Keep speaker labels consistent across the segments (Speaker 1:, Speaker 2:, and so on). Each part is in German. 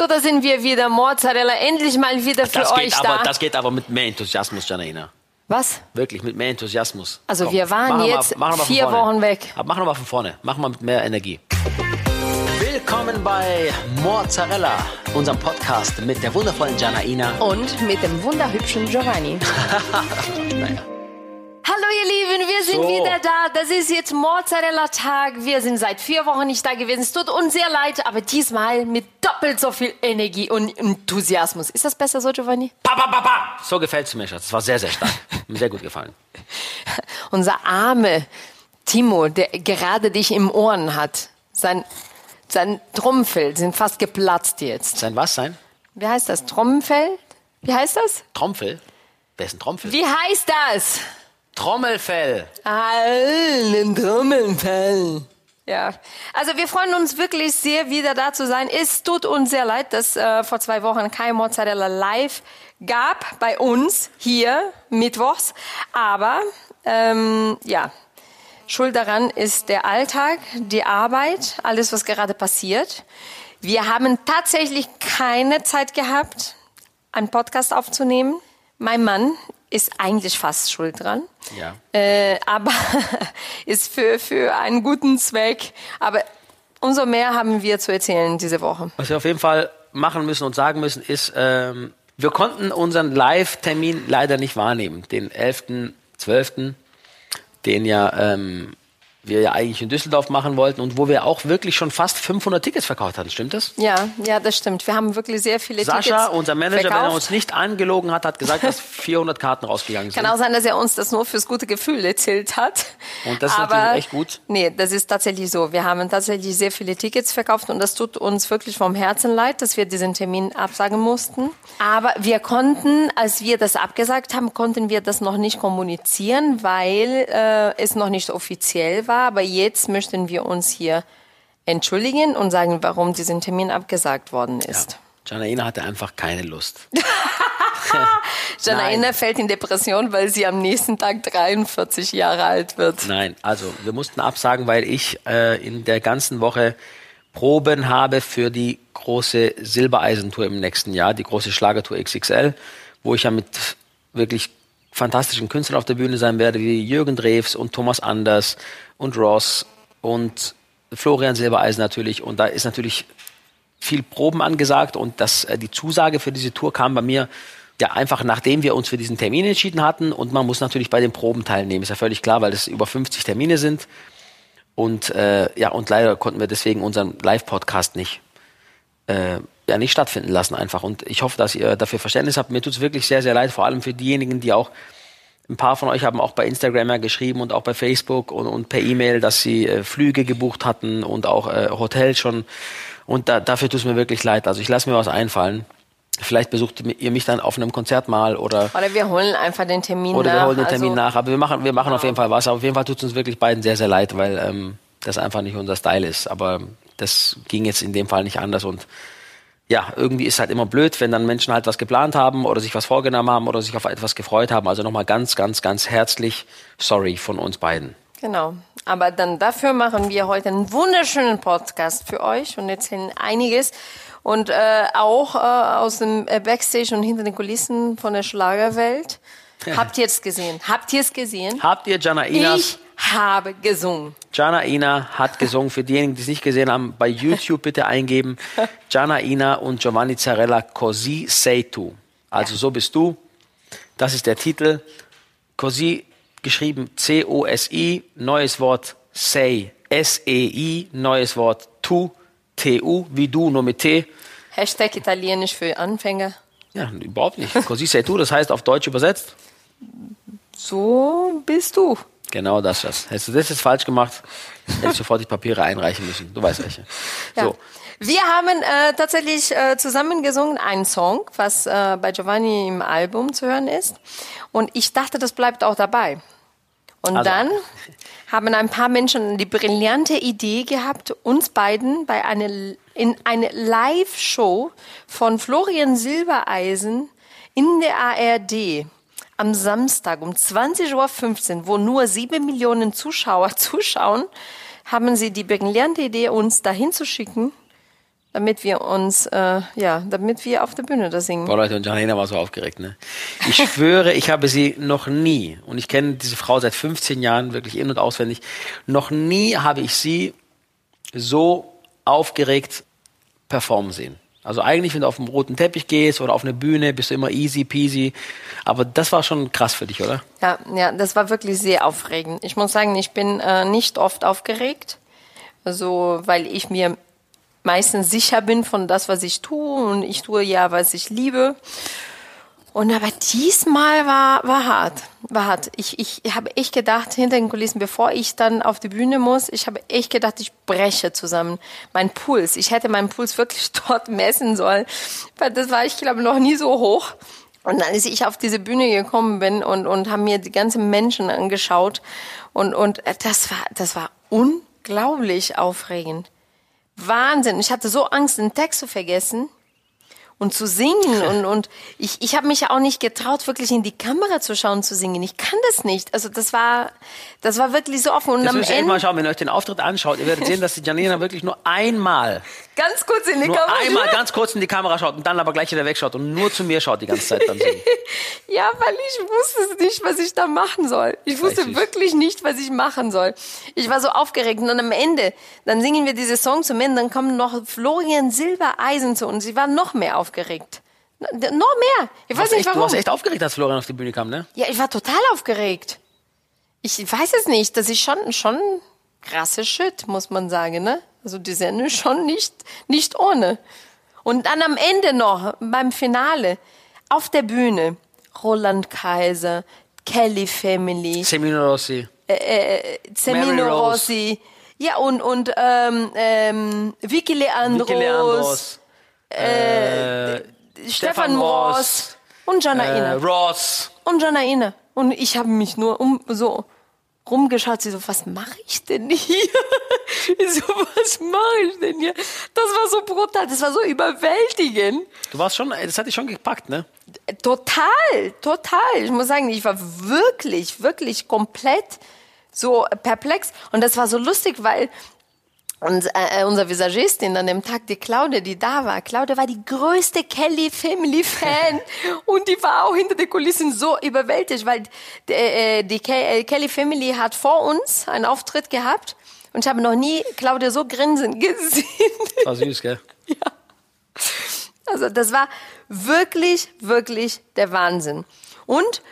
Speaker 1: oder sind wir wieder Mozzarella endlich mal wieder für
Speaker 2: Das
Speaker 1: euch
Speaker 2: geht, aber,
Speaker 1: da?
Speaker 2: das geht aber mit mehr Enthusiasmus, Janaina.
Speaker 1: Was?
Speaker 2: Wirklich, mit mehr Enthusiasmus.
Speaker 1: Also wir waren
Speaker 2: machen wir
Speaker 1: jetzt
Speaker 2: machen wir von
Speaker 1: vier
Speaker 2: vorne.
Speaker 1: Wochen weg.
Speaker 2: Aber machen wir mal von vorne. Machen wir mit mehr Energie. Willkommen bei Mozzarella, unserem Podcast mit der wundervollen Janaina.
Speaker 1: Und mit dem wunderhübschen Giovanni.
Speaker 2: Naja.
Speaker 1: Hallo ihr Lieben, wir sind
Speaker 2: So.
Speaker 1: wieder da. Das ist jetzt Mozzarella-Tag. Wir sind seit vier Wochen nicht da gewesen. Es tut uns sehr leid, aber diesmal mit doppelt so viel Energie und Enthusiasmus. Ist das besser so, Giovanni?
Speaker 2: Pa, pa, pa, pa. So gefällt es mir, Schatz. Das war sehr, sehr stark. Hat Mir sehr gut gefallen.
Speaker 1: Unser arme Timo, der gerade dich im Ohren hat, sein, sein Trommelfell sind fast geplatzt jetzt.
Speaker 2: Sein was sein?
Speaker 1: Wie heißt das? Trommelfell? Wie heißt das?
Speaker 2: Trompfel? Wer ist ein Trompfel?
Speaker 1: Wie heißt das?
Speaker 2: Trommelfell.
Speaker 1: Allen Trommelfell. Ja, also wir freuen uns wirklich sehr, wieder da zu sein. Es tut uns sehr leid, dass äh, vor zwei Wochen kein Mozzarella live gab bei uns hier mittwochs. Aber ähm, ja, Schuld daran ist der Alltag, die Arbeit, alles, was gerade passiert. Wir haben tatsächlich keine Zeit gehabt, einen Podcast aufzunehmen. Mein Mann ist eigentlich fast schuld dran.
Speaker 2: Ja.
Speaker 1: Äh, aber ist für, für einen guten Zweck. Aber umso mehr haben wir zu erzählen diese Woche.
Speaker 2: Was wir auf jeden Fall machen müssen und sagen müssen, ist, ähm, wir konnten unseren Live-Termin leider nicht wahrnehmen. Den 11.12., den ja ähm, wir ja eigentlich in Düsseldorf machen wollten und wo wir auch wirklich schon fast 500 Tickets verkauft hatten. Stimmt das?
Speaker 1: Ja, ja, das stimmt. Wir haben wirklich sehr viele
Speaker 2: Sascha,
Speaker 1: Tickets
Speaker 2: unser Manager, wenn er
Speaker 1: verkauft.
Speaker 2: uns nicht angelogen hat, hat gesagt, dass 400 Karten rausgegangen sind.
Speaker 1: Kann auch sein, dass er uns das nur fürs gute Gefühl erzählt hat.
Speaker 2: Und das ist
Speaker 1: Aber
Speaker 2: natürlich echt gut.
Speaker 1: Nee, das ist tatsächlich so. Wir haben tatsächlich sehr viele Tickets verkauft und das tut uns wirklich vom Herzen leid, dass wir diesen Termin absagen mussten. Aber wir konnten, als wir das abgesagt haben, konnten wir das noch nicht kommunizieren, weil äh, es noch nicht offiziell war. Aber jetzt möchten wir uns hier entschuldigen und sagen, warum diesen Termin abgesagt worden ist.
Speaker 2: Janaina hatte einfach keine Lust.
Speaker 1: Janaina fällt in Depression, weil sie am nächsten Tag 43 Jahre alt wird.
Speaker 2: Nein, also wir mussten absagen, weil ich äh, in der ganzen Woche Proben habe für die große Silbereisentour im nächsten Jahr, die große Schlagertour XXL, wo ich ja mit wirklich fantastischen Künstlern auf der Bühne sein werde, wie Jürgen Drews und Thomas Anders und Ross und Florian Silbereisen natürlich. Und da ist natürlich viel Proben angesagt und das, äh, die Zusage für diese Tour kam bei mir ja einfach nachdem wir uns für diesen Termin entschieden hatten und man muss natürlich bei den Proben teilnehmen, ist ja völlig klar, weil es über 50 Termine sind und äh, ja und leider konnten wir deswegen unseren Live-Podcast nicht äh, ja nicht stattfinden lassen einfach und ich hoffe, dass ihr dafür Verständnis habt. Mir tut es wirklich sehr sehr leid, vor allem für diejenigen, die auch ein paar von euch haben auch bei Instagram ja geschrieben und auch bei Facebook und, und per E-Mail, dass sie äh, Flüge gebucht hatten und auch äh, Hotels schon. Und da, dafür tut es mir wirklich leid. Also ich lasse mir was einfallen. Vielleicht besucht ihr mich dann auf einem Konzert mal oder,
Speaker 1: Oder wir holen einfach den Termin
Speaker 2: oder
Speaker 1: nach.
Speaker 2: wir holen den Termin
Speaker 1: also,
Speaker 2: nach. Aber wir machen, wir machen auf jeden Fall was. Aber auf jeden Fall tut es uns wirklich beiden sehr, sehr leid, weil ähm, das einfach nicht unser Style ist. Aber das ging jetzt in dem Fall nicht anders. Und ja, irgendwie ist halt immer blöd, wenn dann Menschen halt was geplant haben oder sich was vorgenommen haben oder sich auf etwas gefreut haben. Also nochmal ganz, ganz, ganz herzlich sorry von uns beiden.
Speaker 1: Genau. Aber dann dafür machen wir heute einen wunderschönen Podcast für euch und erzählen einiges. Und äh, auch äh, aus dem äh, Backstage und hinter den Kulissen von der Schlagerwelt. Habt ihr es gesehen? Habt ihr es gesehen?
Speaker 2: Habt ihr Janainas?
Speaker 1: Ich habe gesungen.
Speaker 2: Janaina hat gesungen. Für diejenigen, die es nicht gesehen haben, bei YouTube bitte eingeben. Janaina und Giovanni Zarella, Così sei tu. Also so bist du. Das ist der Titel. Così geschrieben C-O-S-I, neues Wort say, S-E-I, neues Wort tu, T-U, wie du, nur mit T.
Speaker 1: Hashtag Italienisch für Anfänger.
Speaker 2: Ja, überhaupt nicht. Così sei tu, das heißt auf Deutsch übersetzt.
Speaker 1: So bist du.
Speaker 2: Genau das, das. Hättest du das jetzt falsch gemacht, hättest du sofort die Papiere einreichen müssen. Du weißt welche.
Speaker 1: Ja.
Speaker 2: So.
Speaker 1: Wir haben äh, tatsächlich äh, zusammen gesungen einen Song, was äh, bei Giovanni im Album zu hören ist. Und ich dachte, das bleibt auch dabei. Und
Speaker 2: Also-
Speaker 1: dann haben ein paar Menschen die brillante Idee gehabt, uns beiden bei eine, in eine Live-Show von Florian Silbereisen in der ARD am Samstag um 20.15 Uhr, wo nur sieben Millionen Zuschauer zuschauen, haben sie die brillante Idee, uns dahin zu schicken damit wir uns, äh, ja, damit wir auf der Bühne das singen.
Speaker 2: Boah, Leute, und Janina war so aufgeregt, ne? Ich schwöre, ich habe sie noch nie, und ich kenne diese Frau seit 15 Jahren wirklich in- und auswendig, noch nie habe ich sie so aufgeregt performen sehen. Also eigentlich, wenn du auf den roten Teppich gehst oder auf eine Bühne, bist du immer easy peasy. Aber das war schon krass für dich, oder?
Speaker 1: Ja, ja, das war wirklich sehr aufregend. Ich muss sagen, ich bin äh, nicht oft aufgeregt, also weil ich mir meistens sicher bin von das, was ich tue und ich tue ja, was ich liebe. Und aber diesmal war, war hart, war hart. Ich, ich habe echt gedacht, hinter den Kulissen, bevor ich dann auf die Bühne muss, ich habe echt gedacht, ich breche zusammen. Mein Puls, ich hätte meinen Puls wirklich dort messen sollen, weil das war, ich glaube, noch nie so hoch. Und dann, als ich auf diese Bühne gekommen bin und, und haben mir die ganzen Menschen angeschaut und, und äh, das war, das war unglaublich aufregend. Wahnsinn. Ich hatte so Angst, den Text zu vergessen und zu singen. Und, und ich, ich habe mich ja auch nicht getraut, wirklich in die Kamera zu schauen, zu singen. Ich kann das nicht. Also das war, das war wirklich so offen. Und
Speaker 2: Das
Speaker 1: am
Speaker 2: müsst ihr echt
Speaker 1: Ende
Speaker 2: mal schauen, wenn ihr euch den Auftritt anschaut, ihr werdet sehen, dass die Janina wirklich nur einmal,
Speaker 1: ganz kurz in die
Speaker 2: nur
Speaker 1: Kamera.
Speaker 2: einmal ganz kurz in die Kamera schaut und dann aber gleich wieder wegschaut und nur zu mir schaut die ganze Zeit beim Singen.
Speaker 1: Ja, weil ich wusste nicht, was ich da machen soll. Ich wusste
Speaker 2: Richtig.
Speaker 1: wirklich nicht, was ich machen soll. Ich war so aufgeregt. Und am Ende, dann singen wir diese Song zum Ende, dann kommen noch Florian Silbereisen zu uns. Sie war noch mehr aufgeregt. N- Noch mehr. Ich weiß nicht
Speaker 2: Warst echt, du
Speaker 1: warum.
Speaker 2: warst echt aufgeregt, als Florian auf die Bühne kam, ne?
Speaker 1: Ja, ich war total aufgeregt. Ich weiß es nicht. Das ist schon, schon krasse Shit, muss man sagen, ne? Also die Sendung ist schon nicht, nicht ohne. Und dann am Ende noch, beim Finale, auf der Bühne, Roland Kaiser, Kelly Family, äh,
Speaker 2: Semino Rossi. Mary
Speaker 1: Semino
Speaker 2: Rose.
Speaker 1: Rossi, ja, und, und, ähm, ähm, Vicky Leandros,
Speaker 2: Vicky Leandros,
Speaker 1: Stefan
Speaker 2: Stefan Ross,
Speaker 1: Ross und Jana
Speaker 2: äh,
Speaker 1: Ina.
Speaker 2: Ross.
Speaker 1: und Janaine. Und ich habe mich nur um so rumgeschaut, sie so, was mache ich denn hier? Ich so, was mache ich denn hier? Das war so brutal, das war so überwältigend.
Speaker 2: Du warst schon, das hat dich schon gepackt, ne?
Speaker 1: Total, total. Ich muss sagen, ich war wirklich, wirklich komplett so perplex. Und das war so lustig, weil uns, äh, unser Visagistin an dem Tag, die Claudia, die da war, Claudia war die größte Kelly Family Fan und die war auch hinter den Kulissen so überwältigt, weil äh, die Ke äh, Kelly Family hat vor uns einen Auftritt gehabt und ich habe noch nie Claudia so grinsen gesehen.
Speaker 2: Das war süß, gell?
Speaker 1: Also das war wirklich, wirklich der Wahnsinn. Und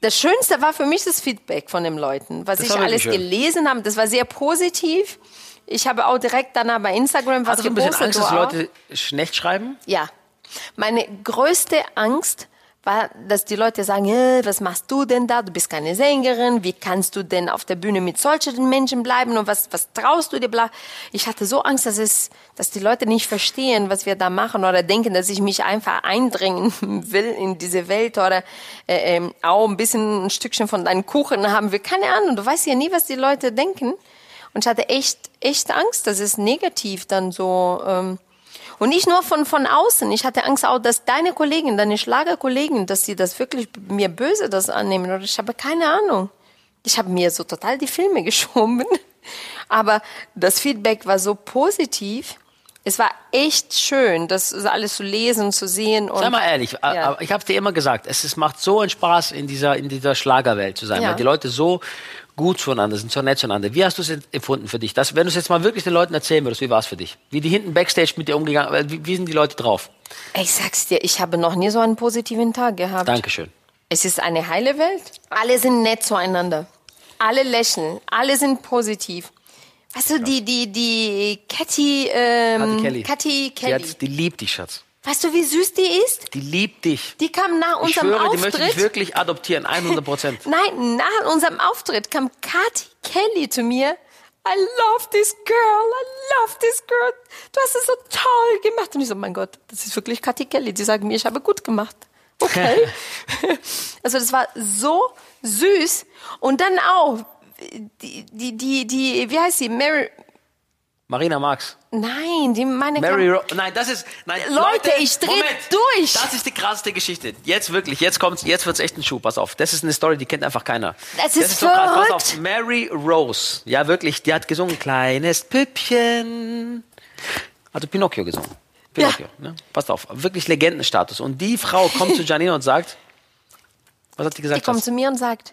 Speaker 1: das Schönste war für mich das Feedback von den Leuten, was
Speaker 2: Das
Speaker 1: ich
Speaker 2: war
Speaker 1: alles
Speaker 2: wirklich schön.
Speaker 1: gelesen habe. Das war sehr positiv. Ich habe auch direkt danach bei Instagram was
Speaker 2: Hast du Also ein bisschen
Speaker 1: gepostet.
Speaker 2: Angst, dass
Speaker 1: du auch.
Speaker 2: Leute schlecht schreiben?
Speaker 1: Ja. Meine größte Angst war, dass die Leute sagen, "Äh, was machst du denn da? Du bist keine Sängerin. Wie kannst du denn auf der Bühne mit solchen Menschen bleiben? Und was, was traust du dir? Bla. Ich hatte so Angst, dass es, dass die Leute nicht verstehen, was wir da machen oder denken, dass ich mich einfach eindringen will in diese Welt oder äh, ähm, auch ein bisschen ein Stückchen von deinem Kuchen haben will. Keine Ahnung. Du weißt ja nie, was die Leute denken. Und ich hatte echt, echt Angst, dass es negativ dann so, ähm, und nicht nur von, von außen. Ich hatte Angst auch, dass deine Kollegen, deine Schlagerkollegen, dass sie das wirklich mir böse das annehmen. Oder ich habe keine Ahnung. Ich habe mir so total die Filme geschoben. Aber das Feedback war so positiv. Es war echt schön, das alles zu lesen, zu sehen. Und
Speaker 2: Sei mal ehrlich,
Speaker 1: Ja.
Speaker 2: aber ich habe dir immer gesagt, es ist, macht so einen Spaß, in dieser, in dieser Schlagerwelt zu sein,
Speaker 1: Ja.
Speaker 2: weil die Leute so gut zueinander sind, so nett zueinander. Wie hast du es en- empfunden für dich? Das, wenn du es jetzt mal wirklich den Leuten erzählen würdest, wie war es für dich? Wie die hinten Backstage mit dir umgegangen, äh, wie, wie sind die Leute drauf?
Speaker 1: ich sag's dir, ich habe noch nie so einen positiven Tag gehabt.
Speaker 2: Dankeschön.
Speaker 1: Es ist eine heile Welt. Alle sind nett zueinander. Alle lächeln. Alle sind positiv. Weißt du, die, die, die Cathy, ähm,
Speaker 2: Kathi Kelly.
Speaker 1: Kathi
Speaker 2: Die,
Speaker 1: Kelly.
Speaker 2: hat, die liebt dich, Schatz.
Speaker 1: Weißt du, wie süß die ist?
Speaker 2: Die liebt dich.
Speaker 1: Die kam nach
Speaker 2: Ich
Speaker 1: unserem
Speaker 2: schwöre, die möchte dich
Speaker 1: Auftritt.
Speaker 2: wirklich adoptieren, 100 Prozent.
Speaker 1: Nein, nach unserem Auftritt kam Kathi Kelly zu mir. I love this girl, I love this girl. Du hast es so toll gemacht. Und ich so, mein Gott, das ist wirklich Kathi Kelly. Die sagen mir, ich habe gut gemacht. Okay. also das war so süß. Und dann auch, die, die, die, die wie heißt sie? Mary,
Speaker 2: Marina Marx.
Speaker 1: nein, die meine
Speaker 2: Mary Ro Nein, das ist. Nein,
Speaker 1: Leute, ich dreh
Speaker 2: Moment.
Speaker 1: durch.
Speaker 2: Das ist die krasseste Geschichte. Jetzt wirklich, jetzt kommt's, jetzt wird's echt ein Schuh. Pass auf. Das ist eine Story, die kennt einfach keiner.
Speaker 1: Das ist
Speaker 2: Pass
Speaker 1: verrückt.
Speaker 2: auf. Mary Rose. Ja, wirklich, die hat gesungen, kleines Püppchen. Also Pinocchio gesungen. Pinocchio, ne? Passt auf, wirklich Legendenstatus. Und die Frau kommt zu Janine und sagt, was hat die gesagt?
Speaker 1: Die kommt
Speaker 2: Hast-
Speaker 1: zu mir und sagt,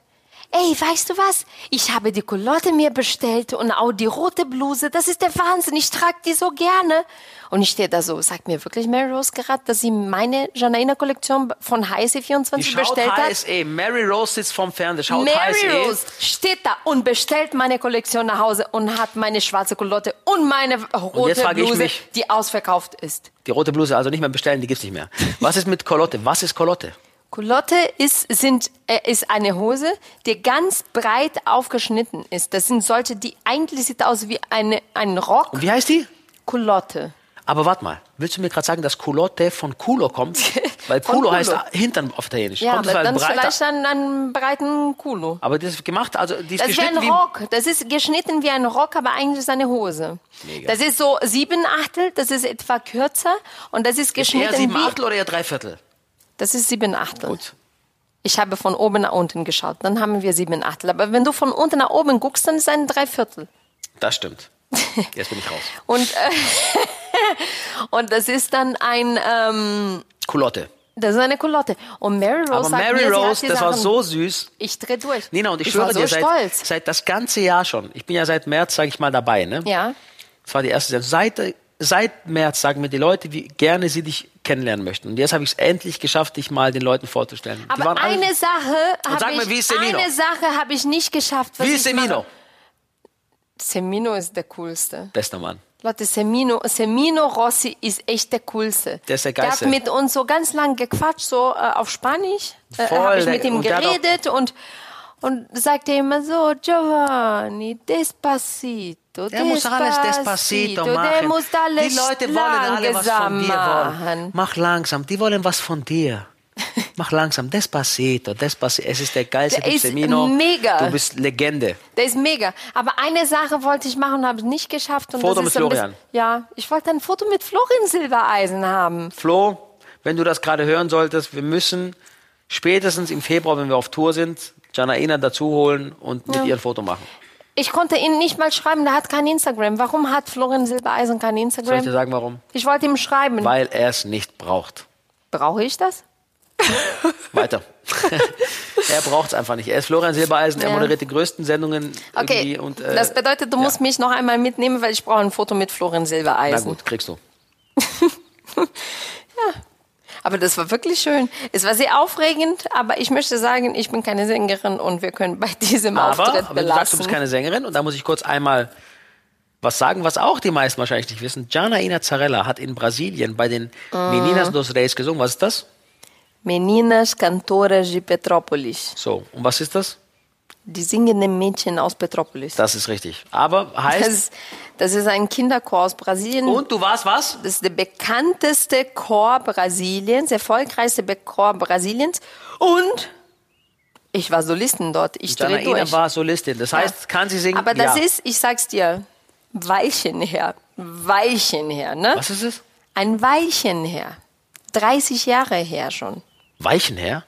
Speaker 1: ey, weißt du was? Ich habe die Culotte mir bestellt und auch die rote Bluse. Das ist der Wahnsinn. Ich trage die so gerne. Und ich stehe da so, sagt mir wirklich Mary Rose gerade, dass sie meine Janaina-Kollektion von
Speaker 2: die
Speaker 1: Heise24
Speaker 2: schaut
Speaker 1: bestellt hat.
Speaker 2: HSE, Mary Rose sitzt vorm Fernseher, schaut E.
Speaker 1: Mary
Speaker 2: HSE.
Speaker 1: Rose steht da und bestellt meine Kollektion nach Hause und hat meine schwarze Culotte und meine rote
Speaker 2: frage ich
Speaker 1: Bluse,
Speaker 2: mich-
Speaker 1: die ausverkauft ist.
Speaker 2: Die rote Bluse also nicht mehr bestellen, die gibt's nicht mehr. Was ist mit Kolotte? Was ist Kolotte?
Speaker 1: Culotte ist, sind, äh, ist eine Hose, die ganz breit aufgeschnitten ist. Das sind solche, die eigentlich sieht aus wie eine, ein Rock.
Speaker 2: Und wie heißt die?
Speaker 1: Culotte.
Speaker 2: Aber warte mal, willst du mir gerade sagen, dass Culotte von Culo kommt? Weil
Speaker 1: Von
Speaker 2: Culo
Speaker 1: Culo.
Speaker 2: heißt Hintern auf Italienisch.
Speaker 1: Ja,
Speaker 2: kommt das
Speaker 1: aber
Speaker 2: als
Speaker 1: dann
Speaker 2: breiter-
Speaker 1: vielleicht an einem breiten Kulo.
Speaker 2: Aber das ist gemacht, also die ist
Speaker 1: Das ist wie ein
Speaker 2: geschnitten wie,
Speaker 1: Rock. Das ist geschnitten wie ein Rock, aber eigentlich ist es eine Hose.
Speaker 2: Mega.
Speaker 1: Das ist so sieben Achtel, das ist etwa kürzer und das ist
Speaker 2: eher
Speaker 1: geschnitten
Speaker 2: sieben
Speaker 1: wie...
Speaker 2: Achtel oder eher drei Viertel?
Speaker 1: Das ist sieben Achtel.
Speaker 2: Gut.
Speaker 1: Ich habe von oben nach unten geschaut, dann haben wir sieben Achtel. Aber wenn du von unten nach oben guckst, dann ist ein Dreiviertel.
Speaker 2: Das stimmt. Jetzt bin ich raus.
Speaker 1: Und, äh, und das ist dann ein, ähm,
Speaker 2: Culotte.
Speaker 1: das ist eine Kulotte. Und Mary Rose
Speaker 2: Aber
Speaker 1: sagt
Speaker 2: Mary
Speaker 1: mir, sie hat
Speaker 2: Rose,
Speaker 1: die
Speaker 2: das war
Speaker 1: Sachen-
Speaker 2: so süß.
Speaker 1: Ich dreh durch.
Speaker 2: Nina, und ich,
Speaker 1: ich
Speaker 2: schwöre
Speaker 1: war so
Speaker 2: dir, seit,
Speaker 1: stolz.
Speaker 2: seit das ganze Jahr schon, ich bin ja seit März, sage ich mal, dabei, ne?
Speaker 1: ja.
Speaker 2: Das war die erste Sendung. Seit, seit März sagen mir die Leute, wie gerne sie dich kennenlernen möchten. Und jetzt habe ich es endlich geschafft, dich mal den Leuten vorzustellen. die
Speaker 1: Aber
Speaker 2: waren alle-
Speaker 1: eine Sache
Speaker 2: sag
Speaker 1: habe
Speaker 2: mir, wie
Speaker 1: ich,
Speaker 2: ist Semino?
Speaker 1: eine Sache habe ich nicht geschafft. was
Speaker 2: wie
Speaker 1: ich
Speaker 2: ist Semino?
Speaker 1: mache. Semino ist der coolste.
Speaker 2: Bester Mann.
Speaker 1: Leute, Semino, Semino Rossi ist echt der Coolste.
Speaker 2: Der ist der Geilste.
Speaker 1: hat mit uns so ganz lang gequatscht, so äh, auf Spanisch. Äh,
Speaker 2: Voll
Speaker 1: habe ich
Speaker 2: der-
Speaker 1: mit ihm
Speaker 2: und der hat auch-
Speaker 1: geredet und, und sagte immer so, Giovanni, despacito,
Speaker 2: Er muss alles despacito machen.
Speaker 1: Der muss alles
Speaker 2: die Leute wollen alle was von dir
Speaker 1: langsam
Speaker 2: wollen.
Speaker 1: machen.
Speaker 2: Mach langsam, die wollen was von dir. Mach langsam, despacito, despacito. Es ist der geilste
Speaker 1: Der
Speaker 2: Typ,
Speaker 1: ist
Speaker 2: Semino.
Speaker 1: mega.
Speaker 2: Du bist Legende.
Speaker 1: Der ist mega. Aber eine Sache wollte ich machen und habe ich nicht geschafft. Und
Speaker 2: Foto
Speaker 1: das
Speaker 2: mit
Speaker 1: ist ein
Speaker 2: Florian.
Speaker 1: Bisschen, ja, ich wollte ein Foto mit Florian Silbereisen haben.
Speaker 2: Flo, wenn du das gerade hören solltest, wir müssen spätestens im Februar, wenn wir auf Tour sind, Janaina dazu holen und mit ihr ein Foto machen.
Speaker 1: Ich konnte ihn nicht mal schreiben, der hat kein Instagram. Warum hat Florian Silbereisen kein
Speaker 2: Soll ich dir
Speaker 1: Instagram?
Speaker 2: sagen, warum?
Speaker 1: Ich wollte ihm schreiben.
Speaker 2: Weil er es nicht braucht.
Speaker 1: Brauche ich das?
Speaker 2: Weiter. er braucht es einfach nicht. Er ist Florian Silbereisen, er
Speaker 1: Ja.
Speaker 2: moderiert die größten Sendungen
Speaker 1: Okay,
Speaker 2: irgendwie. Und, äh,
Speaker 1: das bedeutet, du musst mich noch einmal mitnehmen, weil ich brauche ein Foto mit Florian
Speaker 2: Na
Speaker 1: Silbereisen.
Speaker 2: gut, kriegst du.
Speaker 1: Aber das war wirklich schön. Es war sehr aufregend, aber ich möchte sagen, ich bin keine Sängerin und wir können bei diesem Auftritt
Speaker 2: Aber wenn du
Speaker 1: belassen.
Speaker 2: sagst, du bist keine Sängerin, und da muss ich kurz einmal was sagen, was auch die meisten wahrscheinlich nicht wissen. Janaina Zarella hat in Brasilien bei den
Speaker 1: Ah.
Speaker 2: Meninas dos Reis gesungen. Was ist das?
Speaker 1: Meninas Cantoras de Petrópolis.
Speaker 2: So, und was ist das?
Speaker 1: Die singenden Mädchen aus Petrópolis.
Speaker 2: Das ist richtig. Aber
Speaker 1: Das
Speaker 2: heißt,
Speaker 1: ist, das ist ein Kinderchor aus Brasilien.
Speaker 2: und du warst was?
Speaker 1: Das ist der bekannteste Chor Brasiliens, erfolgreichste Be- Chor Brasiliens. Und ich war Solistin dort. Ich drehe
Speaker 2: Janaina
Speaker 1: durch.
Speaker 2: war Solistin. Das heißt, kann sie singen?
Speaker 1: Aber das
Speaker 2: ja.
Speaker 1: ist, ich sag's dir, Weichen her. Weichen her, ne?
Speaker 2: Was ist es?
Speaker 1: Ein Weichen her. 30 Jahre her schon.
Speaker 2: Weichenher?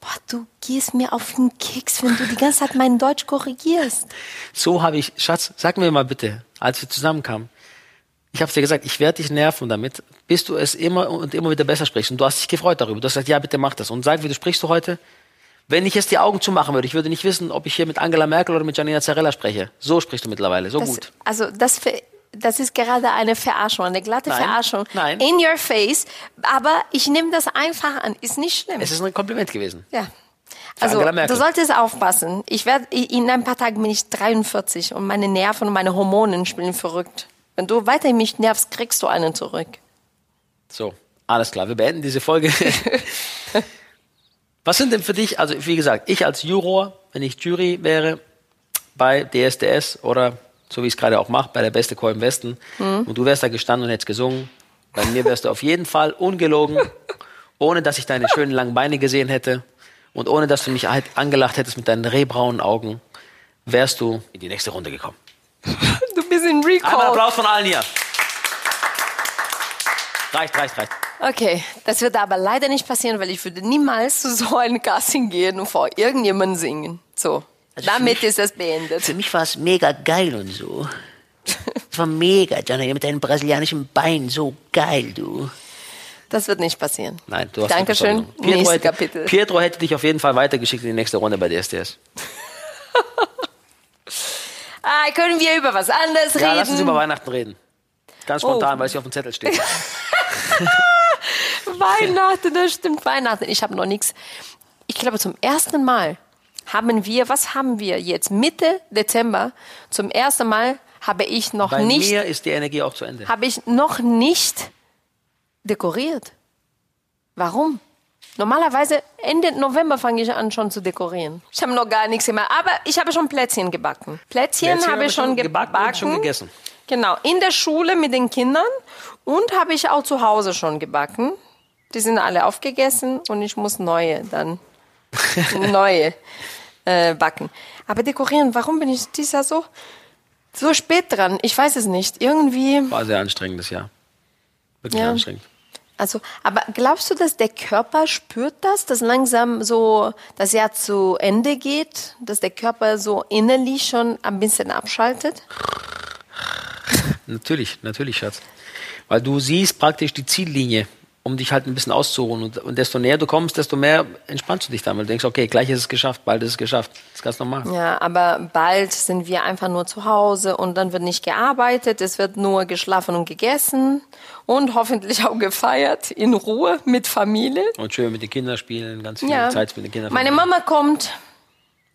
Speaker 1: Boah, du gehst mir auf den Keks, wenn du die ganze Zeit mein Deutsch korrigierst.
Speaker 2: So habe ich, Schatz, sag mir mal bitte, als wir zusammenkamen, ich habe dir gesagt, ich werde dich nerven damit, bis du es immer und immer wieder besser sprichst. Und du hast dich gefreut darüber. Du hast gesagt, ja, bitte mach das. Und sag, wie du sprichst du heute? Wenn ich jetzt die Augen zumachen würde, ich würde nicht wissen, ob ich hier mit Angela Merkel oder mit Janina Zarella spreche. So sprichst du mittlerweile, so
Speaker 1: Das,
Speaker 2: gut.
Speaker 1: Also das, ver- das ist gerade eine Verarschung, eine glatte
Speaker 2: Nein,
Speaker 1: Verarschung.
Speaker 2: nein.
Speaker 1: In your face. Aber ich nehme das einfach an. Ist nicht schlimm.
Speaker 2: Es ist ein Kompliment gewesen.
Speaker 1: ja. Also
Speaker 2: Angela Merkel.
Speaker 1: du solltest aufpassen. Ich werde in ein paar Tagen bin ich 43 und meine Nerven und meine Hormonen spielen verrückt. Wenn du weiter mich nervst, kriegst du einen zurück.
Speaker 2: So, alles klar, wir beenden diese Folge. Was sind denn für dich, also wie gesagt, ich als Juror, wenn ich Jury wäre bei DSDS oder so wie ich es gerade auch mache, bei der Beste Chor im Westen und du wärst da gestanden und hättest gesungen, bei mir wärst du auf jeden Fall ungelogen, ohne dass ich deine schönen langen Beine gesehen hätte und ohne dass du mich halt angelacht hättest mit deinen rehbraunen Augen, wärst du in die nächste Runde gekommen.
Speaker 1: Du bist in
Speaker 2: Einmal
Speaker 1: Recall.
Speaker 2: Applaus von allen hier. Reicht, reicht, reicht.
Speaker 1: Okay, das wird aber leider nicht passieren, weil ich würde niemals zu so einem Casting gehen und vor
Speaker 2: Also
Speaker 1: irgendjemandem singen. So, damit ist das beendet.
Speaker 2: Für mich war es mega geil und so. Das war mega, Johnny, mit deinen brasilianischen Beinen. So geil, du.
Speaker 1: Das wird nicht passieren.
Speaker 2: Nein, du hast
Speaker 1: Dankeschön.
Speaker 2: Pietro
Speaker 1: Nächstes
Speaker 2: hätte,
Speaker 1: Kapitel.
Speaker 2: Pietro hätte dich auf jeden Fall weitergeschickt in die nächste Runde bei DSDS.
Speaker 1: Ah, können wir über was anderes
Speaker 2: Ja,
Speaker 1: reden? Oh.
Speaker 2: lass uns über Weihnachten reden. Ganz spontan, weil es hier auf dem Zettel steht.
Speaker 1: Weihnachten, das stimmt, Weihnachten. Ich habe noch nichts. Ich glaube, zum ersten Mal haben wir, was haben wir jetzt? Mitte Dezember, zum ersten Mal habe ich noch
Speaker 2: Bei
Speaker 1: nicht,
Speaker 2: mir ist die Energie auch zu Ende.
Speaker 1: habe ich noch nicht dekoriert. Warum? Normalerweise Ende November fange ich an schon zu dekorieren. Ich habe noch gar nichts gemacht, aber ich habe schon Plätzchen gebacken. Plätzchen,
Speaker 2: Plätzchen
Speaker 1: habe ich schon gebacken.
Speaker 2: gebacken und schon gegessen.
Speaker 1: Genau, in der Schule mit den Kindern und habe ich auch zu Hause schon gebacken. Die sind alle aufgegessen und ich muss neue dann neue äh, backen. Aber dekorieren, warum bin ich dieses Jahr so so spät dran? Ich weiß es nicht. Irgendwie,
Speaker 2: War sehr anstrengendes Jahr. Wirklich
Speaker 1: Ja.
Speaker 2: anstrengend.
Speaker 1: also, aber glaubst du, dass der Körper spürt das, dass langsam so das Jahr zu Ende geht, dass der Körper so innerlich schon ein bisschen abschaltet?
Speaker 2: Natürlich, natürlich, Schatz. Weil du siehst praktisch die Ziellinie, um dich halt ein bisschen auszuruhen. Und, und desto näher du kommst, desto mehr entspannst du dich damit. Du denkst, okay, gleich ist es geschafft, bald ist es geschafft. Das ist ganz normal.
Speaker 1: Ja, aber bald sind wir einfach nur zu Hause und dann wird nicht gearbeitet, es wird nur geschlafen und gegessen und hoffentlich auch gefeiert in Ruhe mit Familie.
Speaker 2: Und schön mit den Kindern spielen, ganz viel
Speaker 1: Ja.
Speaker 2: Zeit mit den Kindern.
Speaker 1: Meine
Speaker 2: verbringen.
Speaker 1: Mama kommt,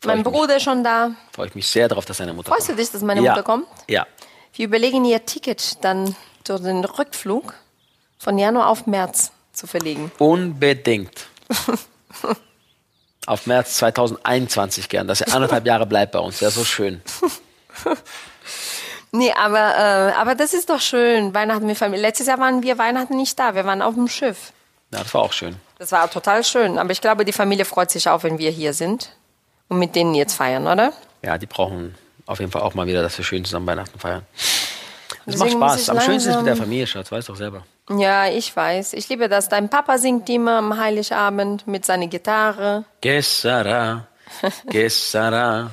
Speaker 1: mein
Speaker 2: ich mich.
Speaker 1: Bruder ist schon da.
Speaker 2: Freue ich mich sehr darauf, dass deine Mutter
Speaker 1: Freust du
Speaker 2: kommt.
Speaker 1: dich, dass meine
Speaker 2: ja.
Speaker 1: Mutter kommt?
Speaker 2: Ja.
Speaker 1: Wir überlegen ihr Ticket dann durch den Rückflug von Januar auf März zu verlegen.
Speaker 2: Unbedingt. Auf März 2021 gern, dass er anderthalb Jahre bleibt bei uns. Wäre so schön.
Speaker 1: Nee, aber, äh, aber das ist doch schön. Weihnachten mit Familie. Letztes Jahr waren wir Weihnachten nicht da, wir waren auf dem Schiff.
Speaker 2: Ja, das war auch schön.
Speaker 1: Das war total schön. Aber ich glaube, die Familie freut sich auch, wenn wir hier sind und mit denen jetzt feiern, oder?
Speaker 2: Ja, die brauchen auf jeden Fall auch mal wieder, dass wir schön zusammen Weihnachten feiern. Das macht
Speaker 1: Deswegen muss
Speaker 2: Spaß.
Speaker 1: ich
Speaker 2: Am schönsten ist es
Speaker 1: langsam-
Speaker 2: mit der Familie, Schatz, weißt doch selber.
Speaker 1: Ja, ich weiß. Ich liebe das. Dein Papa singt immer am Heiligabend mit seiner Gitarre.
Speaker 2: Que sarà, que sarà,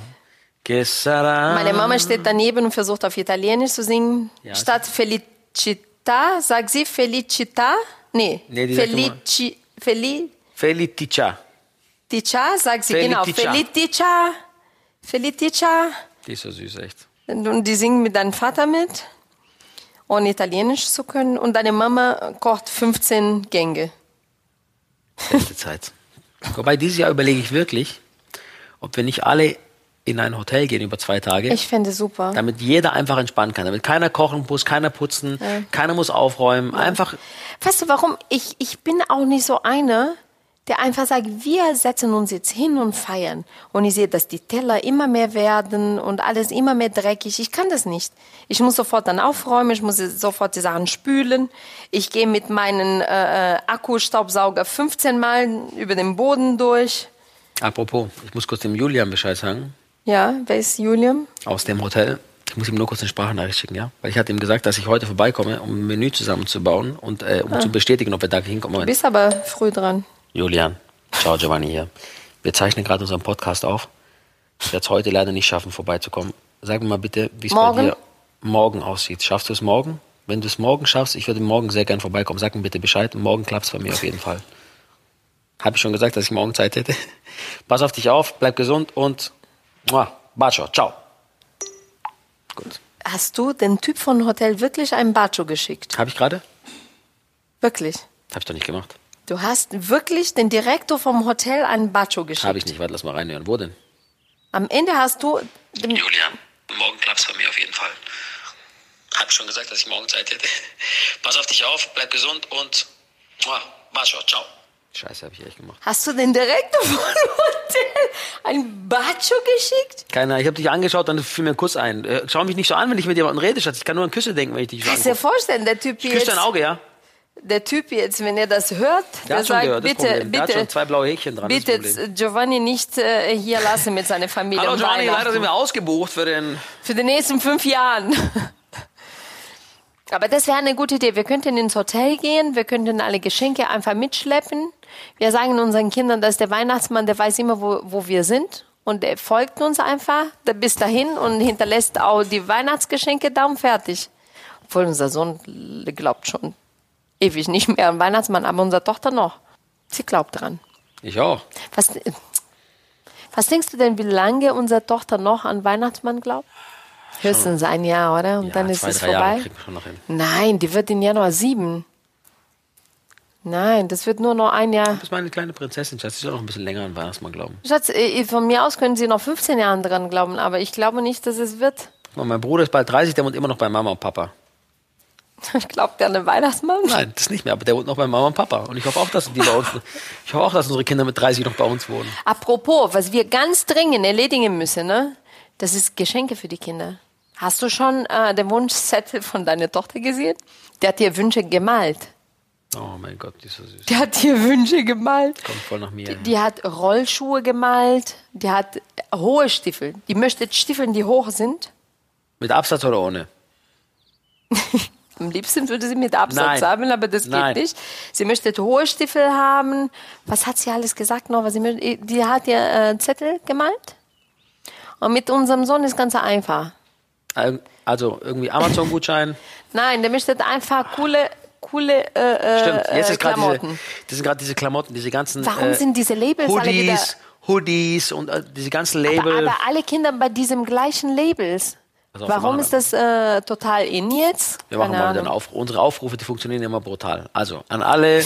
Speaker 2: que sarà.
Speaker 1: Meine Mama steht daneben und versucht auf Italienisch zu singen.
Speaker 2: Ja,
Speaker 1: Statt Felicita, sagt sie Felicita? Nee,
Speaker 2: Nee, die sagt immer-
Speaker 1: Felici, Felicia,
Speaker 2: Felitica.
Speaker 1: sagt sie, genau.
Speaker 2: Felitica.
Speaker 1: Felicia, Felicia.
Speaker 2: Die ist so süß, echt.
Speaker 1: Und die singen mit deinem Vater mit, ohne Italienisch zu können. Und deine Mama kocht 15 Gänge.
Speaker 2: Beste Zeit. Wobei, dieses Jahr überlege ich wirklich, ob wir nicht alle in ein Hotel gehen über zwei Tage.
Speaker 1: Ich fände super.
Speaker 2: damit jeder einfach entspannen kann, damit keiner kochen muss, keiner putzen, keiner muss aufräumen, einfach
Speaker 1: Weißt du warum? Ich, ich bin auch nicht so einer, der einfach sagt, wir setzen uns jetzt hin und feiern. Und ich sehe, dass die Teller immer mehr werden und alles immer mehr dreckig. Ich kann das nicht. Ich muss sofort dann aufräumen, ich muss sofort die Sachen spülen. Ich gehe mit meinem äh, äh, Akkustaubsauger 15 Mal über den Boden durch.
Speaker 2: Apropos, ich muss kurz dem Julian Bescheid sagen,
Speaker 1: Ja, wer ist Julian?
Speaker 2: aus dem Hotel. Ich muss ihm nur kurz eine Sprachnachricht schicken, ja? Weil ich hatte ihm gesagt, dass ich heute vorbeikomme, um ein Menü zusammenzubauen und äh, um zu bestätigen, ob wir da hinkommen.
Speaker 1: Du bist aber früh dran.
Speaker 2: Julian, ciao Giovanni hier. Wir zeichnen gerade unseren Podcast auf. Ich werde es heute leider nicht schaffen, vorbeizukommen. Sag mir mal bitte, wie es bei
Speaker 1: Morgen?
Speaker 2: dir morgen aussieht. Schaffst du es morgen? Wenn du es morgen schaffst, ich würde morgen sehr gern vorbeikommen. Sag mir bitte Bescheid. Morgen klappt es bei mir auf jeden Fall. Habe ich schon gesagt, dass ich morgen Zeit hätte. Pass auf dich auf, bleib gesund und mua, Bacio, ciao. Gut.
Speaker 1: Hast du den Typ von Hotel wirklich einen Bacho geschickt?
Speaker 2: Habe ich gerade?
Speaker 1: Wirklich?
Speaker 2: Habe ich doch nicht gemacht.
Speaker 1: Du hast wirklich den Direktor vom Hotel einen Bacho
Speaker 2: Habe
Speaker 1: geschickt.
Speaker 2: ich nicht. Warte, lass mal reinhören. Wo denn?
Speaker 1: Am Ende hast du. Dem,
Speaker 2: Julian, morgen klappt es bei mir auf jeden Fall. Hab schon gesagt, dass ich morgen Zeit hätte. Pass auf dich auf, bleib gesund und Bascho, ciao. Scheiße, habe ich echt gemacht.
Speaker 1: hast du den Direktor vom Hotel einen Bacho geschickt?
Speaker 2: Keiner, ich habe dich angeschaut, dann fiel mir ein Kuss ein. Äh, Schau mich nicht so an, wenn ich mit jemandem rede, Schatz. Ich kann nur an Küsse denken, wenn ich dich so
Speaker 1: Kannst du dir
Speaker 2: angucke.
Speaker 1: vorstellen, der Typ
Speaker 2: Küss
Speaker 1: jetzt,
Speaker 2: dein Auge, ja?
Speaker 1: der Typ jetzt, wenn er das hört,
Speaker 2: Der
Speaker 1: der
Speaker 2: hat schon
Speaker 1: sagt,
Speaker 2: gehört, das
Speaker 1: bitte,
Speaker 2: Problem. Der hat
Speaker 1: bitte,
Speaker 2: schon zwei blaue Häkchen dran, das
Speaker 1: bitte
Speaker 2: Problem.
Speaker 1: Giovanni nicht äh, hier lassen mit seiner Familie.
Speaker 2: Hallo
Speaker 1: am
Speaker 2: Giovanni, leider
Speaker 1: Weihnachten.
Speaker 2: sind wir ausgebucht für den...
Speaker 1: Für die nächsten fünf Jahren. Aber das wäre eine gute Idee. Wir könnten ins Hotel gehen, wir könnten alle Geschenke einfach mitschleppen. Wir sagen unseren Kindern, dass der Weihnachtsmann, der weiß immer, wo, wo wir sind. und der folgt uns einfach bis dahin und hinterlässt auch die Weihnachtsgeschenke da und fertig. Obwohl unser Sohn glaubt schon ewig nicht mehr an Weihnachtsmann, aber unsere Tochter noch. Sie glaubt dran.
Speaker 2: Ich auch.
Speaker 1: Was, was denkst du denn, wie lange unsere Tochter noch an Weihnachtsmann glaubt? Höchstens ein Jahr, oder? Und
Speaker 2: Ja,
Speaker 1: dann ist
Speaker 2: zwei,
Speaker 1: es
Speaker 2: drei Jahre
Speaker 1: vorbei.
Speaker 2: kriegt man schon noch hin.
Speaker 1: Nein, die wird im Januar sieben. Nein, das wird nur noch ein Jahr.
Speaker 2: Das ist meine kleine Prinzessin, Schatz. Ich soll noch ein bisschen länger an Weihnachtsmann glauben.
Speaker 1: Schatz, eh, von mir aus können Sie noch 15 Jahre dran glauben, aber ich glaube nicht, dass es wird.
Speaker 2: Guck mal, Mein Bruder ist bald 30, der wohnt immer noch bei Mama und Papa.
Speaker 1: Ich glaube, der an den Weihnachtsmann.
Speaker 2: Nein, das nicht mehr, aber der wohnt noch bei Mama und Papa. Und ich hoffe auch, dass die bei uns, ich hoffe auch, dass unsere Kinder mit 30 noch bei uns wohnen.
Speaker 1: Apropos, was wir ganz dringend erledigen müssen, ne? das ist Geschenke für die Kinder. Hast du schon äh, den Wunschzettel von deiner Tochter gesehen? Der hat dir Wünsche gemalt.
Speaker 2: Oh mein Gott, die ist so süß.
Speaker 1: Der hat dir Wünsche gemalt.
Speaker 2: Kommt voll nach mir.
Speaker 1: Die hat Rollschuhe gemalt. Die hat hohe Stiefel. Die möchte Stiefeln, die hoch sind.
Speaker 2: Mit Absatz oder ohne?
Speaker 1: Am liebsten würde sie mit Absatz
Speaker 2: Nein.
Speaker 1: haben, aber das geht
Speaker 2: Nein.
Speaker 1: nicht. Sie möchte hohe Stiefel haben. Was hat sie alles gesagt noch? Was sie möchte? Die hat ihr äh, Zettel gemalt. Und mit unserem Sohn ist ganz einfach.
Speaker 2: Al- Also irgendwie Amazon-Gutschein.
Speaker 1: Nein, der möchte einfach coole, coole äh, äh,
Speaker 2: Stimmt, jetzt
Speaker 1: äh,
Speaker 2: ist gerade diese,
Speaker 1: Klamotten.
Speaker 2: das sind gerade diese Klamotten, diese ganzen
Speaker 1: Warum
Speaker 2: äh,
Speaker 1: sind diese Labels alle wieder-
Speaker 2: Hoodies, Hoodies und äh, diese ganzen
Speaker 1: Aber,
Speaker 2: Label.
Speaker 1: aber alle Kinder bei diesem gleichen Labels.
Speaker 2: Pass auf, wir
Speaker 1: Warum
Speaker 2: machen
Speaker 1: ist das äh, total in jetzt?
Speaker 2: Wir machen
Speaker 1: Keine
Speaker 2: mal wieder
Speaker 1: Ahnung.
Speaker 2: einen Aufruf. Unsere Aufrufe, die funktionieren immer brutal. Also an alle,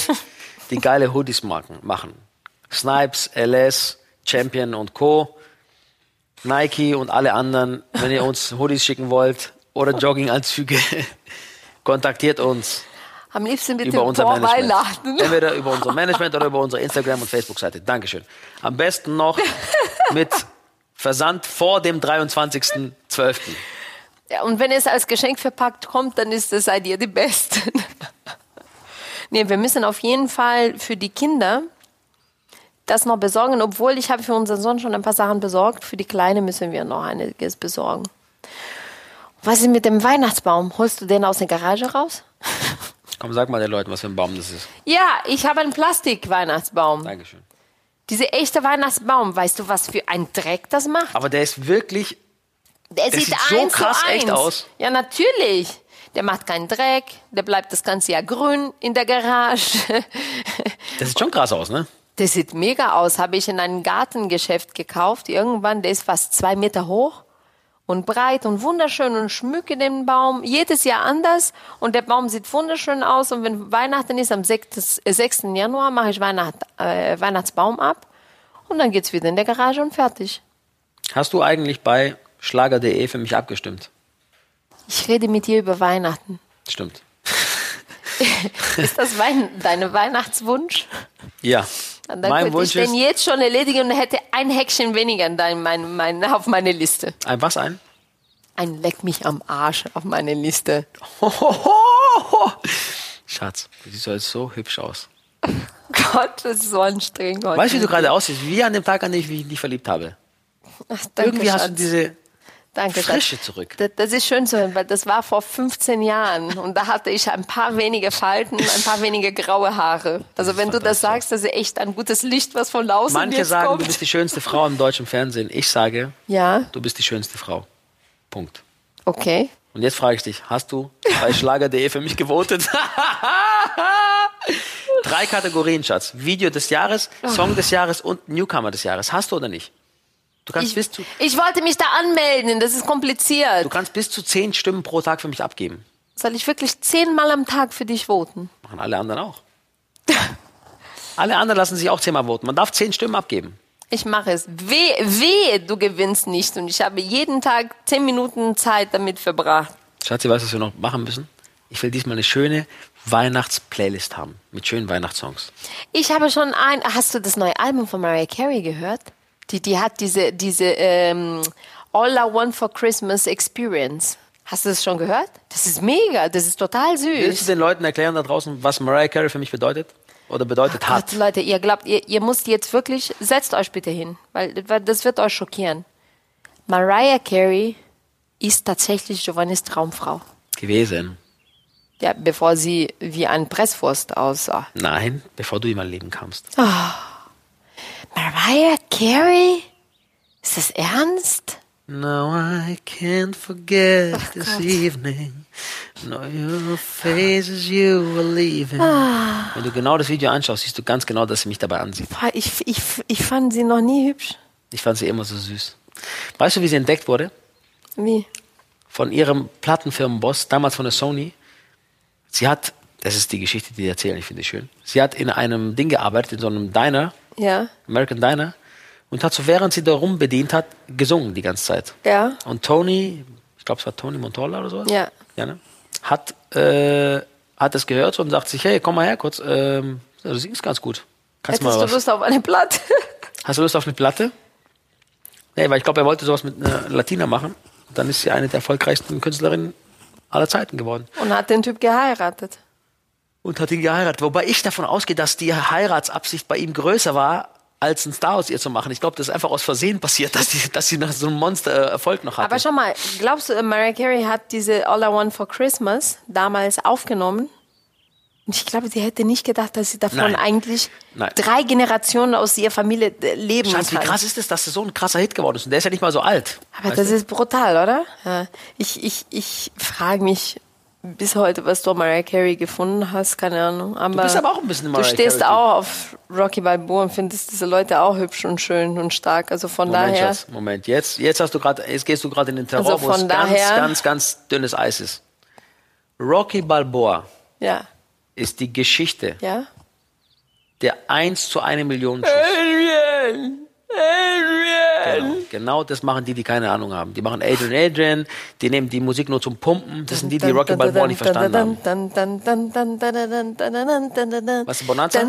Speaker 2: die geile Hoodies marken, machen. Snipes, LS, Champion und Co. Nike und alle anderen, wenn ihr uns Hoodies schicken wollt oder Jogginganzüge, kontaktiert uns
Speaker 1: Am liebsten bitte
Speaker 2: über unser
Speaker 1: vor
Speaker 2: Management.
Speaker 1: Weihnachten.
Speaker 2: Entweder über unser Management oder über unsere Instagram- und Facebook-Seite. Dankeschön. Am besten noch mit Versand vor dem 23.12.
Speaker 1: Ja, und wenn es als Geschenk verpackt kommt, dann ist das seid ihr die Besten. nee, wir müssen auf jeden Fall für die Kinder das noch besorgen, obwohl ich habe für unseren Sohn schon ein paar Sachen besorgt. Für die Kleine müssen wir noch einiges besorgen. Was ist mit dem Weihnachtsbaum? Holst du den aus der Garage raus?
Speaker 2: Komm, sag mal den Leuten, was für ein Baum das ist.
Speaker 1: Ja, ich habe einen Plastik-Weihnachtsbaum.
Speaker 2: Dankeschön.
Speaker 1: Diese echte Weihnachtsbaum, weißt du, was für ein Dreck das macht?
Speaker 2: Aber der ist wirklich
Speaker 1: Der
Speaker 2: sieht so
Speaker 1: zu
Speaker 2: krass echt aus.
Speaker 1: Ja, natürlich. Der macht keinen Dreck, der bleibt das ganze Jahr grün in der Garage.
Speaker 2: Das sieht schon krass aus, ne?
Speaker 1: Der sieht mega aus, habe ich in einem Gartengeschäft gekauft. Irgendwann, der ist fast zwei Meter hoch und breit und wunderschön und schmücke den Baum jedes Jahr anders. Und der Baum sieht wunderschön aus. Und wenn Weihnachten ist, am 6. äh, 6. Januar mache ich Weihnacht, äh, Weihnachtsbaum ab. Und dann geht's wieder in der Garage und fertig.
Speaker 2: Hast du eigentlich bei schlager.de für mich abgestimmt?
Speaker 1: Ich rede mit dir über Weihnachten.
Speaker 2: Stimmt.
Speaker 1: Ist das mein, dein Weihnachtswunsch?
Speaker 2: Ja.
Speaker 1: Und dann
Speaker 2: mein
Speaker 1: könnte
Speaker 2: Wunsch
Speaker 1: ich
Speaker 2: ist
Speaker 1: den jetzt schon erledigen und hätte ein Häkchen weniger in dein, mein, mein, auf meine Liste.
Speaker 2: ein was ein?
Speaker 1: Ein Leck mich am Arsch auf meine Liste.
Speaker 2: Schatz, du siehst heute so hübsch aus.
Speaker 1: Oh Gott, das ist so anstrengend heute.
Speaker 2: Weißt du, wie du gerade aussiehst? Wie an dem Tag, an dem ich mich in dich verliebt habe.
Speaker 1: Ach, danke,
Speaker 2: Irgendwie hast du
Speaker 1: Schatz.
Speaker 2: diese
Speaker 1: danke,
Speaker 2: Frische
Speaker 1: Schatz.
Speaker 2: zurück.
Speaker 1: Das, das ist schön zu hören, weil das war vor 15 Jahren und da hatte ich ein paar wenige Falten, ein paar wenige graue Haare. Also wenn du das sagst, das ist echt ein gutes Licht, was von außen
Speaker 2: Manche
Speaker 1: jetzt
Speaker 2: sagen,
Speaker 1: kommt.
Speaker 2: du bist die schönste Frau im deutschen Fernsehen. Ich sage,
Speaker 1: ja,
Speaker 2: du bist die schönste Frau. Punkt.
Speaker 1: okay.
Speaker 2: Und jetzt frage ich dich, hast du bei Schlager.de für mich gewotet? Drei Kategorien, Schatz. Video des Jahres, Song des Jahres und Newcomer des Jahres. Hast du oder nicht? Du kannst,
Speaker 1: Ich,
Speaker 2: bis, zu,
Speaker 1: ich wollte mich da anmelden, das ist kompliziert.
Speaker 2: du kannst bis zu zehn Stimmen pro Tag für mich abgeben.
Speaker 1: Soll ich wirklich zehnmal am Tag für dich voten?
Speaker 2: Machen alle anderen auch. alle anderen lassen sich auch zehnmal voten. Man darf zehn Stimmen abgeben.
Speaker 1: Ich mache es. Weh, wehe, du gewinnst nicht. Und ich habe jeden Tag zehn Minuten Zeit damit verbracht.
Speaker 2: Schatz, weißt du, was wir noch machen müssen? Ich will diesmal eine schöne Weihnachts-Playlist haben. Mit schönen Weihnachtssongs.
Speaker 1: Ich habe schon ein. Hast du das neue Album von Mariah Carey gehört? Die, die hat diese, diese ähm, All I Want for Christmas Experience. Hast du das schon gehört? Das ist mega. Das ist total
Speaker 2: Willst
Speaker 1: süß.
Speaker 2: du den Leuten erklären da draußen, was Mariah Carey für mich bedeutet? Oder bedeutet hat?
Speaker 1: Oh Gott, Also Leute, ihr glaubt, ihr, ihr müsst jetzt wirklich, setzt euch bitte hin, weil, weil das wird euch schockieren. Mariah Carey ist tatsächlich Giovannis Traumfrau.
Speaker 2: Gewesen.
Speaker 1: Ja, bevor sie wie ein Presswurst aussah.
Speaker 2: Nein, Ah. bevor du in mein Leben kamst.
Speaker 1: Mariah Carey Ist das ernst?
Speaker 2: No, I can't forget this evening. No, your face as you were leaving. Wenn du genau das Video anschaust, siehst du ganz genau, dass sie mich dabei ansieht.
Speaker 1: Boah, Ich, ich, ich fand sie noch nie hübsch.
Speaker 2: Ich fand sie immer so süß. Weißt du, wie sie entdeckt wurde?
Speaker 1: Wie?
Speaker 2: Von ihrem Plattenfirmenboss, damals von der Sony. Sie hat, das ist die Geschichte, die die erzählen, ich finde die schön. Sie hat in einem Ding gearbeitet, in so einem Diner,
Speaker 1: Ja.
Speaker 2: American Diner, und hat so, während sie da rumbedient hat, gesungen die ganze Zeit.
Speaker 1: Ja.
Speaker 2: Und Tony, ich glaube, es war Tony Montola oder so.
Speaker 1: Ja.
Speaker 2: ja ne? hat, äh, hat das gehört und sagt sich, hey, komm mal her kurz, ähm, du singst ganz gut.
Speaker 1: Hättest
Speaker 2: Kannst mal
Speaker 1: du
Speaker 2: was.
Speaker 1: Lust auf eine Platte?
Speaker 2: Hast du Lust auf eine Platte? Nee, weil ich glaube, er wollte sowas mit einer Latina machen. Und dann ist sie eine der erfolgreichsten Künstlerinnen aller Zeiten geworden.
Speaker 1: Und hat den Typ geheiratet.
Speaker 2: Und hat ihn geheiratet. Wobei ich davon ausgehe, dass die Heiratsabsicht bei ihm größer war, als einen Star aus ihr zu machen. Ich glaube, das ist einfach aus Versehen passiert, dass, die, dass sie nach so einem Monster äh, Erfolg noch hatte.
Speaker 1: Aber schau mal, glaubst du, Mariah Carey hat diese All I Want for Christmas damals aufgenommen? Und ich glaube, sie hätte nicht gedacht, dass sie davon
Speaker 2: Nein.
Speaker 1: eigentlich
Speaker 2: Nein.
Speaker 1: drei Generationen aus ihrer Familie äh, leben
Speaker 2: Schatz, wie
Speaker 1: kann.
Speaker 2: krass ist es, dass das so ein krasser Hit geworden ist? Und der ist ja nicht mal so alt.
Speaker 1: Aber
Speaker 2: Weißt
Speaker 1: das
Speaker 2: du?
Speaker 1: ist brutal, oder? Ja. Ich, ich, ich frage mich bis heute, was du an Mariah Carey gefunden hast, keine Ahnung. Aber
Speaker 2: bist aber auch ein bisschen
Speaker 1: Du
Speaker 2: Mariah
Speaker 1: stehst
Speaker 2: Carey-Typ.
Speaker 1: auch auf Rocky Balboa und findest diese Leute auch hübsch und schön und stark. Also von
Speaker 2: Moment,
Speaker 1: daher.
Speaker 2: Schatz, Moment. Jetzt, jetzt hast du gerade, jetzt gehst du gerade in den Terror,
Speaker 1: Also
Speaker 2: wo es
Speaker 1: von
Speaker 2: ganz,
Speaker 1: daher-
Speaker 2: ganz, ganz dünnes Eis ist. Rocky Balboa
Speaker 1: Ja,
Speaker 2: ist die Geschichte
Speaker 1: ja.
Speaker 2: der 1 zu 1 Million Schuss.
Speaker 1: Adrian! Adrian!
Speaker 2: Genau. genau das machen die, die keine Ahnung haben. Die machen Adrian Adrian, die nehmen die Musik nur zum Pumpen. Das sind die, die Rocky Balboa nicht verstanden haben.
Speaker 1: haben.
Speaker 2: Was, Bonanza?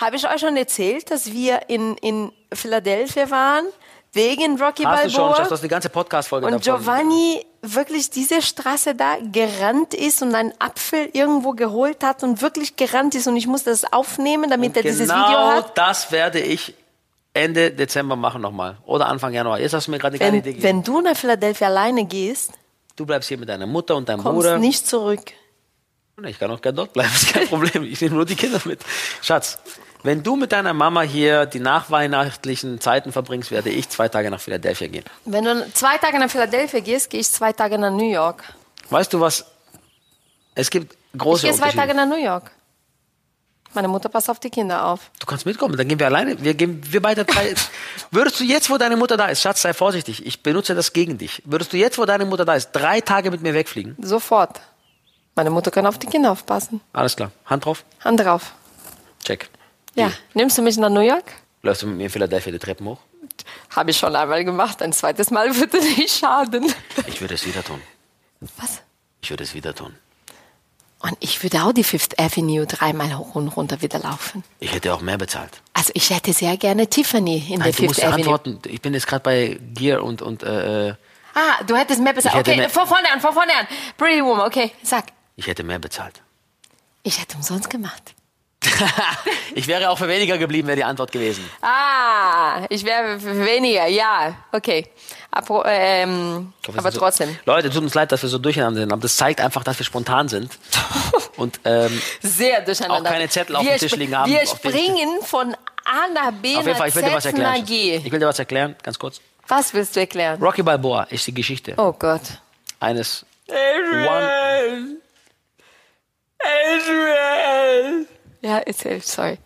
Speaker 1: Habe ich euch schon erzählt, dass wir in, in Philadelphia waren, wegen Rocky
Speaker 2: Hast du schon,
Speaker 1: Balboa?
Speaker 2: Schatz, du hast eine ganze Podcast-Folge
Speaker 1: und
Speaker 2: davon.
Speaker 1: Giovanni wirklich diese Straße da gerannt ist und einen Apfel irgendwo geholt hat und wirklich gerannt ist und ich musste das aufnehmen, damit er
Speaker 2: genau
Speaker 1: dieses Video hat.
Speaker 2: das werde ich Ende Dezember machen nochmal. Oder Anfang Januar. Jetzt hast du mir gerade eine geile
Speaker 1: Wenn,
Speaker 2: Idee gegeben.
Speaker 1: wenn du nach Philadelphia alleine gehst,
Speaker 2: Du bleibst hier mit deiner Mutter und deinem
Speaker 1: kommst
Speaker 2: Bruder.
Speaker 1: nicht zurück.
Speaker 2: Ich kann auch gerne dort bleiben, ist kein Problem. Ich nehme nur die Kinder mit. Schatz, wenn du mit deiner Mama hier die nachweihnachtlichen Zeiten verbringst, werde ich zwei Tage nach Philadelphia gehen.
Speaker 1: Wenn du zwei Tage nach Philadelphia gehst, gehe ich zwei Tage nach New York.
Speaker 2: Weißt du was? Es gibt
Speaker 1: Ich
Speaker 2: große
Speaker 1: gehe zwei
Speaker 2: Unterschiede.
Speaker 1: Tage nach New York. Meine Mutter passt auf die Kinder auf.
Speaker 2: Du kannst mitkommen, dann gehen wir alleine. Wir gehen, wir beide drei. Würdest du jetzt, wo deine Mutter da ist, Schatz, sei vorsichtig. Ich benutze das gegen dich. Würdest du jetzt, wo deine Mutter da ist, drei Tage mit mir wegfliegen?
Speaker 1: Sofort. Meine Mutter kann auf die Kinder aufpassen.
Speaker 2: Alles klar. Hand drauf.
Speaker 1: Hand drauf.
Speaker 2: Check.
Speaker 1: Ja, nimmst du mich nach New York?
Speaker 2: Läufst du mit mir in Philadelphia die Treppen hoch?
Speaker 1: Habe ich schon einmal gemacht. Ein zweites Mal würde nicht schaden.
Speaker 2: Ich würde es wieder tun.
Speaker 1: Was?
Speaker 2: Ich würde es wieder tun.
Speaker 1: Und ich würde auch die Fifth Avenue dreimal hoch und runter wieder laufen.
Speaker 2: Ich hätte auch mehr bezahlt.
Speaker 1: Also ich hätte sehr gerne Tiffany in der
Speaker 2: Nein, Ah, du musst
Speaker 1: Fifth Avenue.
Speaker 2: antworten. Ich bin jetzt gerade bei Gear und und äh, äh,
Speaker 1: Ah, du hättest mehr besser.
Speaker 2: Ich hätte
Speaker 1: Okay,
Speaker 2: mehr-
Speaker 1: von vorne an, von vorne an. Pretty Woman, okay, sag.
Speaker 2: ich hätte mehr bezahlt.
Speaker 1: Ich hätte umsonst gemacht.
Speaker 2: ich wäre auch für weniger geblieben, wäre die Antwort gewesen.
Speaker 1: Ah, ich wäre für weniger, ja, okay. Apro ähm,
Speaker 2: Ich hoffe,
Speaker 1: aber
Speaker 2: es ist
Speaker 1: trotzdem.
Speaker 2: So, Leute, tut uns leid, dass wir so durcheinander sind, aber das zeigt einfach, dass wir spontan sind und ähm,
Speaker 1: Sehr durcheinander.
Speaker 2: Auch keine Zettel auf dem Tisch
Speaker 1: sp-
Speaker 2: liegen haben,
Speaker 1: Wir
Speaker 2: auf dem-
Speaker 1: springen von A nach B
Speaker 2: auf jeden Fall,
Speaker 1: nach
Speaker 2: ich will dir was
Speaker 1: Z
Speaker 2: erklären.
Speaker 1: nach
Speaker 2: Schatz.
Speaker 1: G.
Speaker 2: Ich will dir was erklären, ganz kurz.
Speaker 1: Was willst du erklären?
Speaker 2: Rocky Balboa ist die Geschichte
Speaker 1: Oh Gott.
Speaker 2: eines
Speaker 1: Adrian! Adrian! Ja, erzähl, sorry.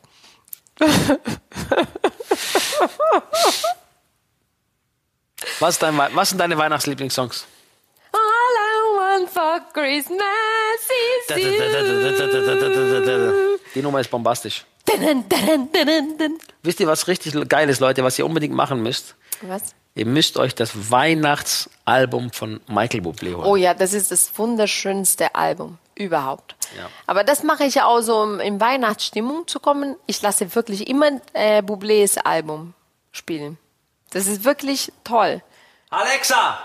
Speaker 2: Was, ist dein, Wei- was sind deine Weihnachtslieblingssongs?
Speaker 1: All I want for Christmas is you.
Speaker 2: Die Nummer ist bombastisch.
Speaker 1: Dun, dun, dun, dun, dun.
Speaker 2: Wisst ihr, was richtig geil ist, Leute, was ihr unbedingt machen müsst?
Speaker 1: Was?
Speaker 2: Ihr müsst euch das Weihnachtsalbum von Michael Bublé holen.
Speaker 1: Oh ja, das ist das wunderschönste Album überhaupt.
Speaker 2: Ja.
Speaker 1: Aber das mache ich ja auch so, um in Weihnachtsstimmung zu kommen. Ich lasse wirklich immer äh, Bublés Album spielen. Das ist wirklich toll.
Speaker 2: Alexa!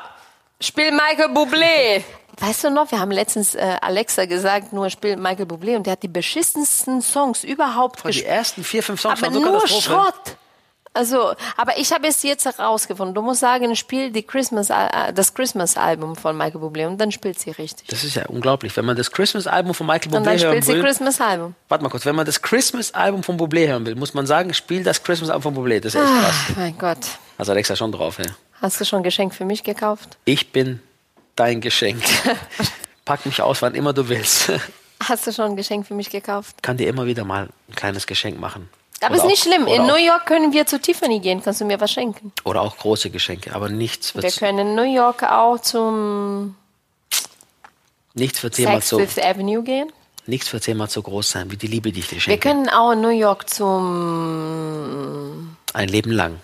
Speaker 1: Spiel Michael Bublé. Weißt du noch, wir haben letztens äh, Alexa gesagt, nur spiel Michael Bublé und der hat die beschissensten Songs überhaupt
Speaker 2: Die
Speaker 1: gespielt.
Speaker 2: ersten vier, fünf Songs
Speaker 1: Aber
Speaker 2: waren so
Speaker 1: nur
Speaker 2: Katastrophe.
Speaker 1: Schrott. Also, aber ich habe es jetzt herausgefunden. Du musst sagen, spiel die Christmas, äh, das Christmas-Album von Michael Bublé und dann spielt sie richtig.
Speaker 2: Das ist ja unglaublich. Wenn man das Christmas-Album von Michael
Speaker 1: und
Speaker 2: Bublé
Speaker 1: dann
Speaker 2: hören
Speaker 1: spielt sie
Speaker 2: will,
Speaker 1: Christmas-Album.
Speaker 2: warte mal kurz, wenn man das Christmas-Album von Bublé hören will, muss man sagen, spiel das Christmas-Album von Bublé. Das ist echt krass.
Speaker 1: Ach, Ah, mein Gott.
Speaker 2: Also Alexa schon drauf, ja.
Speaker 1: Hast du schon ein Geschenk für mich gekauft?
Speaker 2: Ich bin dein Geschenk. Pack mich aus, wann immer du willst.
Speaker 1: Hast du schon ein Geschenk für mich gekauft?
Speaker 2: Kann dir immer wieder mal ein kleines Geschenk machen.
Speaker 1: Aber
Speaker 2: Oder
Speaker 1: ist nicht
Speaker 2: auch-
Speaker 1: schlimm.
Speaker 2: Oder,
Speaker 1: In
Speaker 2: auch,
Speaker 1: New York können wir zu Tiffany gehen. Kannst du mir was schenken?
Speaker 2: oder auch große Geschenke. Aber nichts
Speaker 1: Wir
Speaker 2: wird,
Speaker 1: können in New York auch zum
Speaker 2: nichts wird,
Speaker 1: Saks
Speaker 2: jemals so,
Speaker 1: Fifth Avenue gehen.
Speaker 2: nichts wird jemals so groß sein, wie die Liebe, die ich dir
Speaker 1: Wir
Speaker 2: schenke.
Speaker 1: können auch in New York zum
Speaker 2: Ein Leben lang.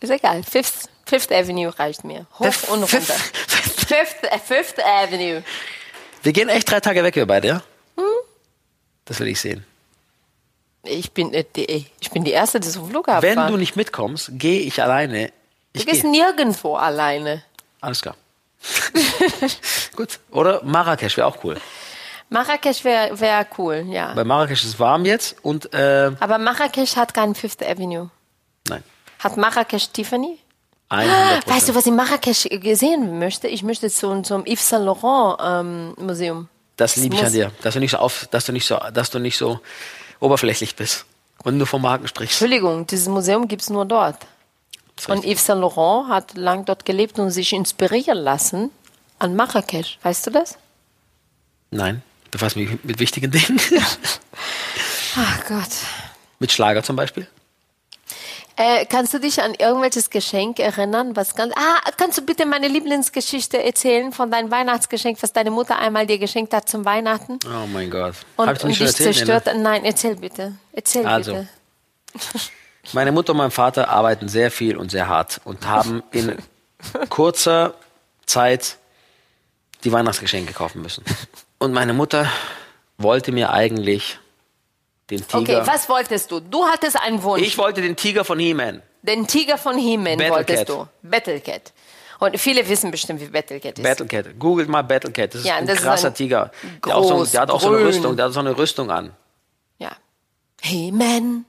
Speaker 1: ist egal. Fifth, Fifth Avenue reicht mir. Hoch und runter. Fifth, äh, Fifth Avenue.
Speaker 2: Wir gehen echt drei Tage weg, wir beide, ja?
Speaker 1: Hm?
Speaker 2: Das will ich sehen.
Speaker 1: Ich bin, äh, die, ich bin die Erste, die zum Flughafen
Speaker 2: Wenn du
Speaker 1: fahren.
Speaker 2: nicht mitkommst, gehe ich alleine.
Speaker 1: Du
Speaker 2: Ich
Speaker 1: gehst
Speaker 2: gehe.
Speaker 1: nirgendwo alleine.
Speaker 2: Alles klar. Gut. Oder Marrakesch wäre auch cool.
Speaker 1: Marrakesch wäre wär cool, ja.
Speaker 2: Bei Marrakesch ist es warm jetzt und äh,
Speaker 1: Aber Marrakesch hat keinen Fifth Avenue.
Speaker 2: nein.
Speaker 1: Hat Marrakesch Tiffany?
Speaker 2: 100%.
Speaker 1: Weißt du, was ich in Marrakesch gesehen möchte? Ich möchte zum, zum Yves Saint Laurent ähm, Museum.
Speaker 2: Das liebe ich
Speaker 1: muss-
Speaker 2: an dir, dass du nicht so auf, dass du nicht so, dass du nicht so oberflächlich bist und nur vom Marken sprichst.
Speaker 1: Entschuldigung, dieses Museum gibt es nur dort. Und Yves Saint Laurent hat lang dort gelebt und sich inspirieren lassen an Marrakesch. Weißt du das?
Speaker 2: Nein, ich befasse mich mit wichtigen Dingen,
Speaker 1: Ach Gott.
Speaker 2: mit Schlager zum Beispiel.
Speaker 1: Äh, kannst du dich an irgendwelches Geschenk erinnern? Was ganz, ah, kannst du bitte meine Lieblingsgeschichte erzählen von deinem Weihnachtsgeschenk, was deine Mutter einmal dir geschenkt hat zum Weihnachten?
Speaker 2: Oh mein Gott.
Speaker 1: Und,
Speaker 2: Hab ich dir nicht
Speaker 1: und
Speaker 2: schon
Speaker 1: dich
Speaker 2: erzählt? ne?
Speaker 1: zerstört? Nein, erzähl bitte. Erzähl
Speaker 2: Also.
Speaker 1: bitte.
Speaker 2: Meine Mutter und mein Vater arbeiten sehr viel und sehr hart und haben in kurzer Zeit die Weihnachtsgeschenke kaufen müssen. Und meine Mutter wollte mir eigentlich den
Speaker 1: Okay,
Speaker 2: Tiger.
Speaker 1: was wolltest du? Du hattest einen Wunsch.
Speaker 2: Ich wollte den Tiger von He-Man.
Speaker 1: Den Tiger von He-Man
Speaker 2: Battle
Speaker 1: wolltest
Speaker 2: Cat.
Speaker 1: du. Battle Cat. Und viele wissen bestimmt, wie Battle Cat ist.
Speaker 2: Battle Cat. Googelt mal Battle Cat. Das ist
Speaker 1: Ja,
Speaker 2: ein
Speaker 1: das ist
Speaker 2: krasser
Speaker 1: ein
Speaker 2: Tiger. Der, auch so,
Speaker 1: groß,
Speaker 2: der hat auch so eine
Speaker 1: grün.
Speaker 2: Rüstung. Der hat so eine Rüstung an.
Speaker 1: Ja. He-Man.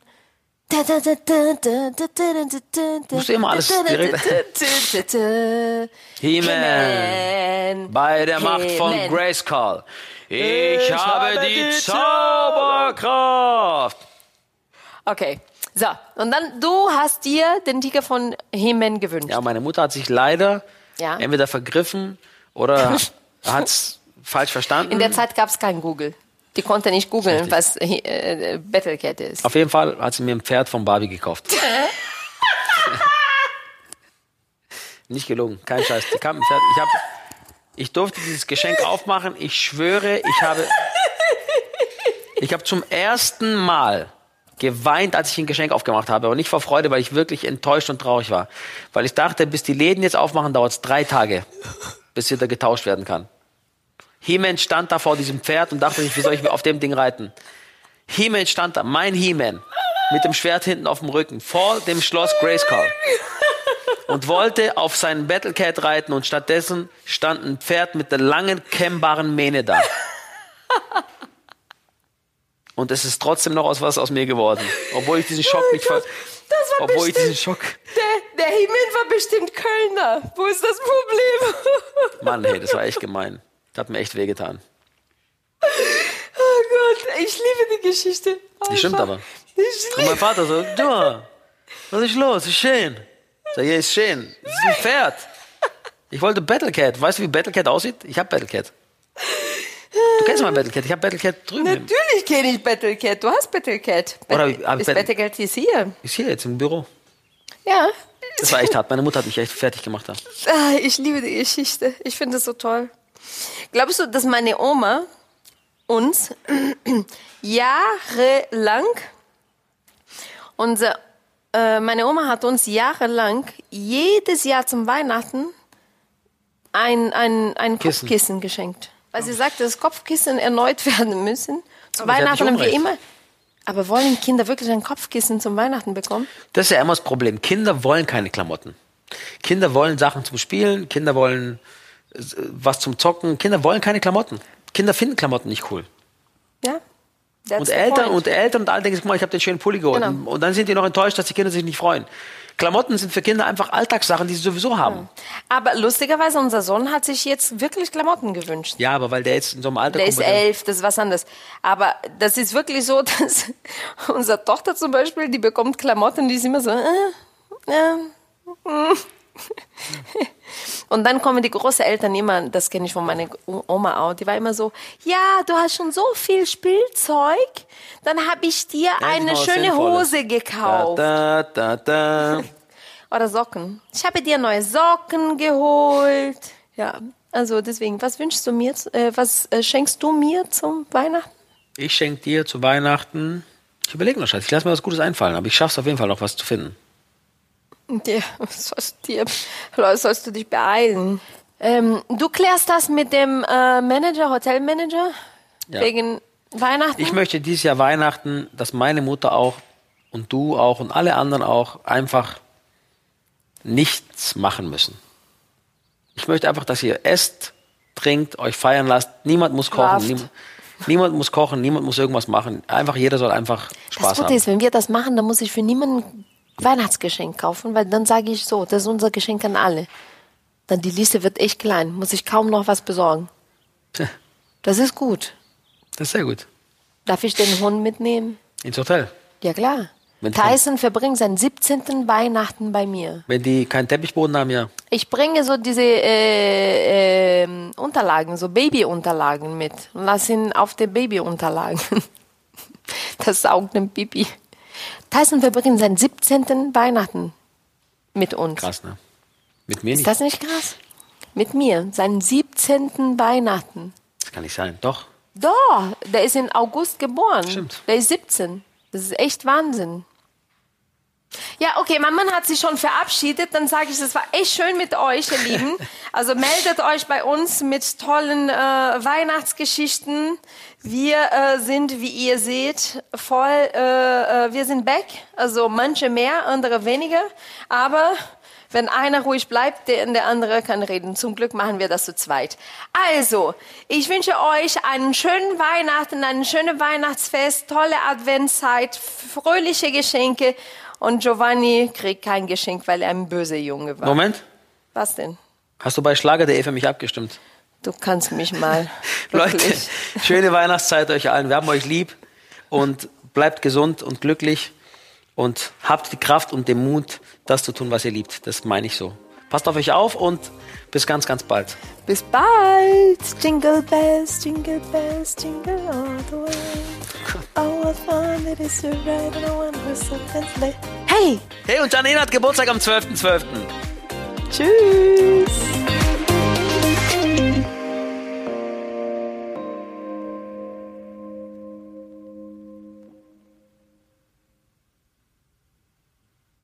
Speaker 1: Da, da, da, da, da, da, da, da, da, da, da,
Speaker 2: Musst du immer alles
Speaker 1: da, da,
Speaker 2: direkt-
Speaker 1: da, da, da, da.
Speaker 2: He-Man.
Speaker 1: He-Man.
Speaker 2: Bei der Macht von
Speaker 1: He-Man.
Speaker 2: Grayskull. Ich, habe die Zauberkraft.
Speaker 1: Okay. So, und dann, du hast dir den Tiger von He-Man gewünscht.
Speaker 2: Ja, meine Mutter hat sich leider
Speaker 1: Ja.
Speaker 2: entweder vergriffen oder hat es falsch verstanden.
Speaker 1: In der Zeit gab es kein Google. Die konnte nicht googeln, was He- äh, Battle Cat ist.
Speaker 2: Auf jeden Fall hat sie mir ein Pferd von Barbie gekauft. Nicht gelungen, kein Scheiß. Die kam ein Pferd. Ich, hab, ich durfte dieses Geschenk aufmachen. Ich schwöre, ich habe. Ich habe zum ersten Mal geweint, als ich ein Geschenk aufgemacht habe. Aber nicht vor Freude, weil ich wirklich enttäuscht und traurig war. Weil ich dachte, bis die Läden jetzt aufmachen, dauert es drei Tage, bis wieder getauscht werden kann. He-Man stand da vor diesem Pferd und dachte sich, wie soll ich mir auf dem Ding reiten? He-Man stand da, mein He-Man, mit dem Schwert hinten auf dem Rücken, vor dem Schloss Grayskull. Und wollte auf seinen Battlecat reiten und stattdessen stand ein Pferd mit einer langen, kämmbaren Mähne da. Und es ist trotzdem noch aus was aus mir geworden. Obwohl ich diesen Schock nicht ver...
Speaker 1: Oh, Das war
Speaker 2: Obwohl ich
Speaker 1: bestimmt-
Speaker 2: diesen Schock...
Speaker 1: Der, der He-Man war bestimmt Kölner. Wo ist das Problem?
Speaker 2: Mann, hey, das war echt gemein. Das hat mir echt wehgetan.
Speaker 1: Oh Gott, ich liebe die Geschichte.
Speaker 2: Die stimmt aber.
Speaker 1: Ich
Speaker 2: Und
Speaker 1: liebe
Speaker 2: mein Vater so, du, was ist los? Ist schön. Ich Sag, ja, ist schön. Es ist ein Pferd. Ich wollte Battlecat. Weißt du, wie Battlecat aussieht? Ich hab Battlecat. Du kennst mein Battlecat. Ich hab Battlecat drüben. im-
Speaker 1: Natürlich kenne ich Battle Cat. Du hast Battle Cat.
Speaker 2: Oder
Speaker 1: Battle-
Speaker 2: hab ich- hab ich
Speaker 1: ist
Speaker 2: Battle-
Speaker 1: Battle Cat ist hier.
Speaker 2: Ist hier jetzt im Büro.
Speaker 1: Ja.
Speaker 2: Das war echt hart. Meine Mutter hat mich echt fertig gemacht. da.
Speaker 1: Ah, Ich liebe die Geschichte. Ich finde es so toll. Glaubst du, dass meine Oma uns jahrelang unser äh, meine Oma hat uns jahrelang jedes Jahr zum Weihnachten ein, ein, ein
Speaker 2: Kissen.
Speaker 1: Kopfkissen geschenkt. Weil sie sagte, dass Kopfkissen erneut werden müssen. Zum
Speaker 2: Aber sie hat
Speaker 1: Weihnachten haben
Speaker 2: nicht
Speaker 1: wir
Speaker 2: Unrecht.
Speaker 1: immer. Aber wollen Kinder wirklich ein Kopfkissen zum Weihnachten bekommen?
Speaker 2: Das ist ja immer das Problem. Kinder wollen keine Klamotten. Kinder wollen Sachen zum Spielen. Kinder wollen äh, was zum Zocken. Kinder wollen keine Klamotten. Kinder finden Klamotten nicht cool.
Speaker 1: Ja. That's
Speaker 2: und
Speaker 1: the
Speaker 2: Eltern
Speaker 1: point.
Speaker 2: und Eltern und alle denken, guck mal, ich habe den schönen Pulli geholt.
Speaker 1: Genau.
Speaker 2: Und- Und dann sind die noch enttäuscht, dass die Kinder sich nicht freuen. Klamotten sind für Kinder einfach Alltagssachen, die sie sowieso haben.
Speaker 1: Aber lustigerweise, unser Sohn hat sich jetzt wirklich Klamotten gewünscht.
Speaker 2: Ja, aber weil der jetzt in so einem Alter
Speaker 1: Der ist
Speaker 2: wo der-
Speaker 1: elf, das ist was anderes. Aber das ist wirklich so, dass unsere Tochter zum Beispiel, die bekommt Klamotten, die ist immer so. Äh, äh, mm. Und dann kommen die großen Eltern immer, das kenne ich von meiner Oma auch, die war immer so, ja, du hast schon so viel Spielzeug, dann habe ich dir eine
Speaker 2: noch was
Speaker 1: schöne
Speaker 2: Sinnvolles.
Speaker 1: Hose gekauft.
Speaker 2: Da, da, da, da.
Speaker 1: Oder Socken. Ich habe dir neue Socken geholt. Ja, also deswegen, was wünschst du mir, zu- äh, was äh, schenkst du mir zum Weihnachten?
Speaker 2: Ich schenke dir zu Weihnachten. Ich überlege noch, Schatz. Ich lasse mir was Gutes einfallen, aber ich schaffe es auf jeden Fall noch, was zu finden.
Speaker 1: Dir, sollst, dir, Leute, sollst du dich beeilen. Ähm, du klärst das mit dem äh, Manager, Hotelmanager?
Speaker 2: Ja.
Speaker 1: Wegen Weihnachten?
Speaker 2: Ich möchte dieses Jahr Weihnachten, dass meine Mutter auch und du auch und alle anderen auch einfach nichts machen müssen. Ich möchte einfach, dass ihr esst, trinkt, euch feiern lasst. Niemand muss kochen.
Speaker 1: Schlaft.
Speaker 2: Niem niemand muss kochen, niemand muss irgendwas machen. Einfach jeder soll einfach
Speaker 1: das
Speaker 2: Spaß
Speaker 1: Gute
Speaker 2: haben.
Speaker 1: ist, wenn wir das machen, dann muss ich für niemanden Weihnachtsgeschenk kaufen, weil dann sage ich so, das ist unser Geschenk an alle. Dann die Liste wird echt klein, muss ich kaum noch was besorgen. Das ist gut.
Speaker 2: Das ist sehr gut.
Speaker 1: Darf ich den Hund mitnehmen?
Speaker 2: Ins Hotel.
Speaker 1: Ja, klar.
Speaker 2: Wenn
Speaker 1: Tyson verbringt seinen 17. Weihnachten bei mir.
Speaker 2: Wenn die keinen Teppichboden haben, ja.
Speaker 1: Ich bringe so diese äh, ähm, Unterlagen, so Babyunterlagen mit und lass ihn auf den Babyunterlagen. Das saugt den Pipi. Tyson verbringt seinen 17. Weihnachten mit uns.
Speaker 2: Krass, ne? Mit mir
Speaker 1: Ist
Speaker 2: nicht.
Speaker 1: das nicht krass? Mit mir, seinen 17. Weihnachten.
Speaker 2: Das kann nicht sein. Doch.
Speaker 1: Doch, der ist in August geboren.
Speaker 2: Stimmt.
Speaker 1: Der ist 17. Das ist echt Wahnsinn. Ja, okay, mein Mann hat sich schon verabschiedet. Dann sage ich, es war echt schön mit euch, ihr Lieben. Also meldet euch bei uns mit tollen äh, Weihnachtsgeschichten. Wir äh, sind, wie ihr seht, voll, äh, äh, wir sind back. Also manche mehr, andere weniger. Aber wenn einer ruhig bleibt, der, der andere kann reden. Zum Glück machen wir das zu zweit. Also, ich wünsche euch einen schönen Weihnachten, ein schönes Weihnachtsfest, tolle Adventszeit, fröhliche Geschenke. Und Giovanni kriegt kein Geschenk, weil er ein böser Junge war.
Speaker 2: Moment.
Speaker 1: Was denn?
Speaker 2: Hast du bei Schlager.de für mich abgestimmt?
Speaker 1: Du kannst mich mal.
Speaker 2: Leute,
Speaker 1: Wirklich.
Speaker 2: schöne Weihnachtszeit euch allen. Wir haben euch lieb und bleibt gesund und glücklich und habt die Kraft und den Mut, das zu tun, was ihr liebt. Das meine ich so. Passt auf euch auf und bis ganz, ganz bald.
Speaker 1: Bis bald. Jingle bells, jingle bells, jingle all the way. Oh, what fun it is to ride in a wonderful Hey,
Speaker 2: Hey, und Janine hat Geburtstag am 12.12.
Speaker 1: tschüss.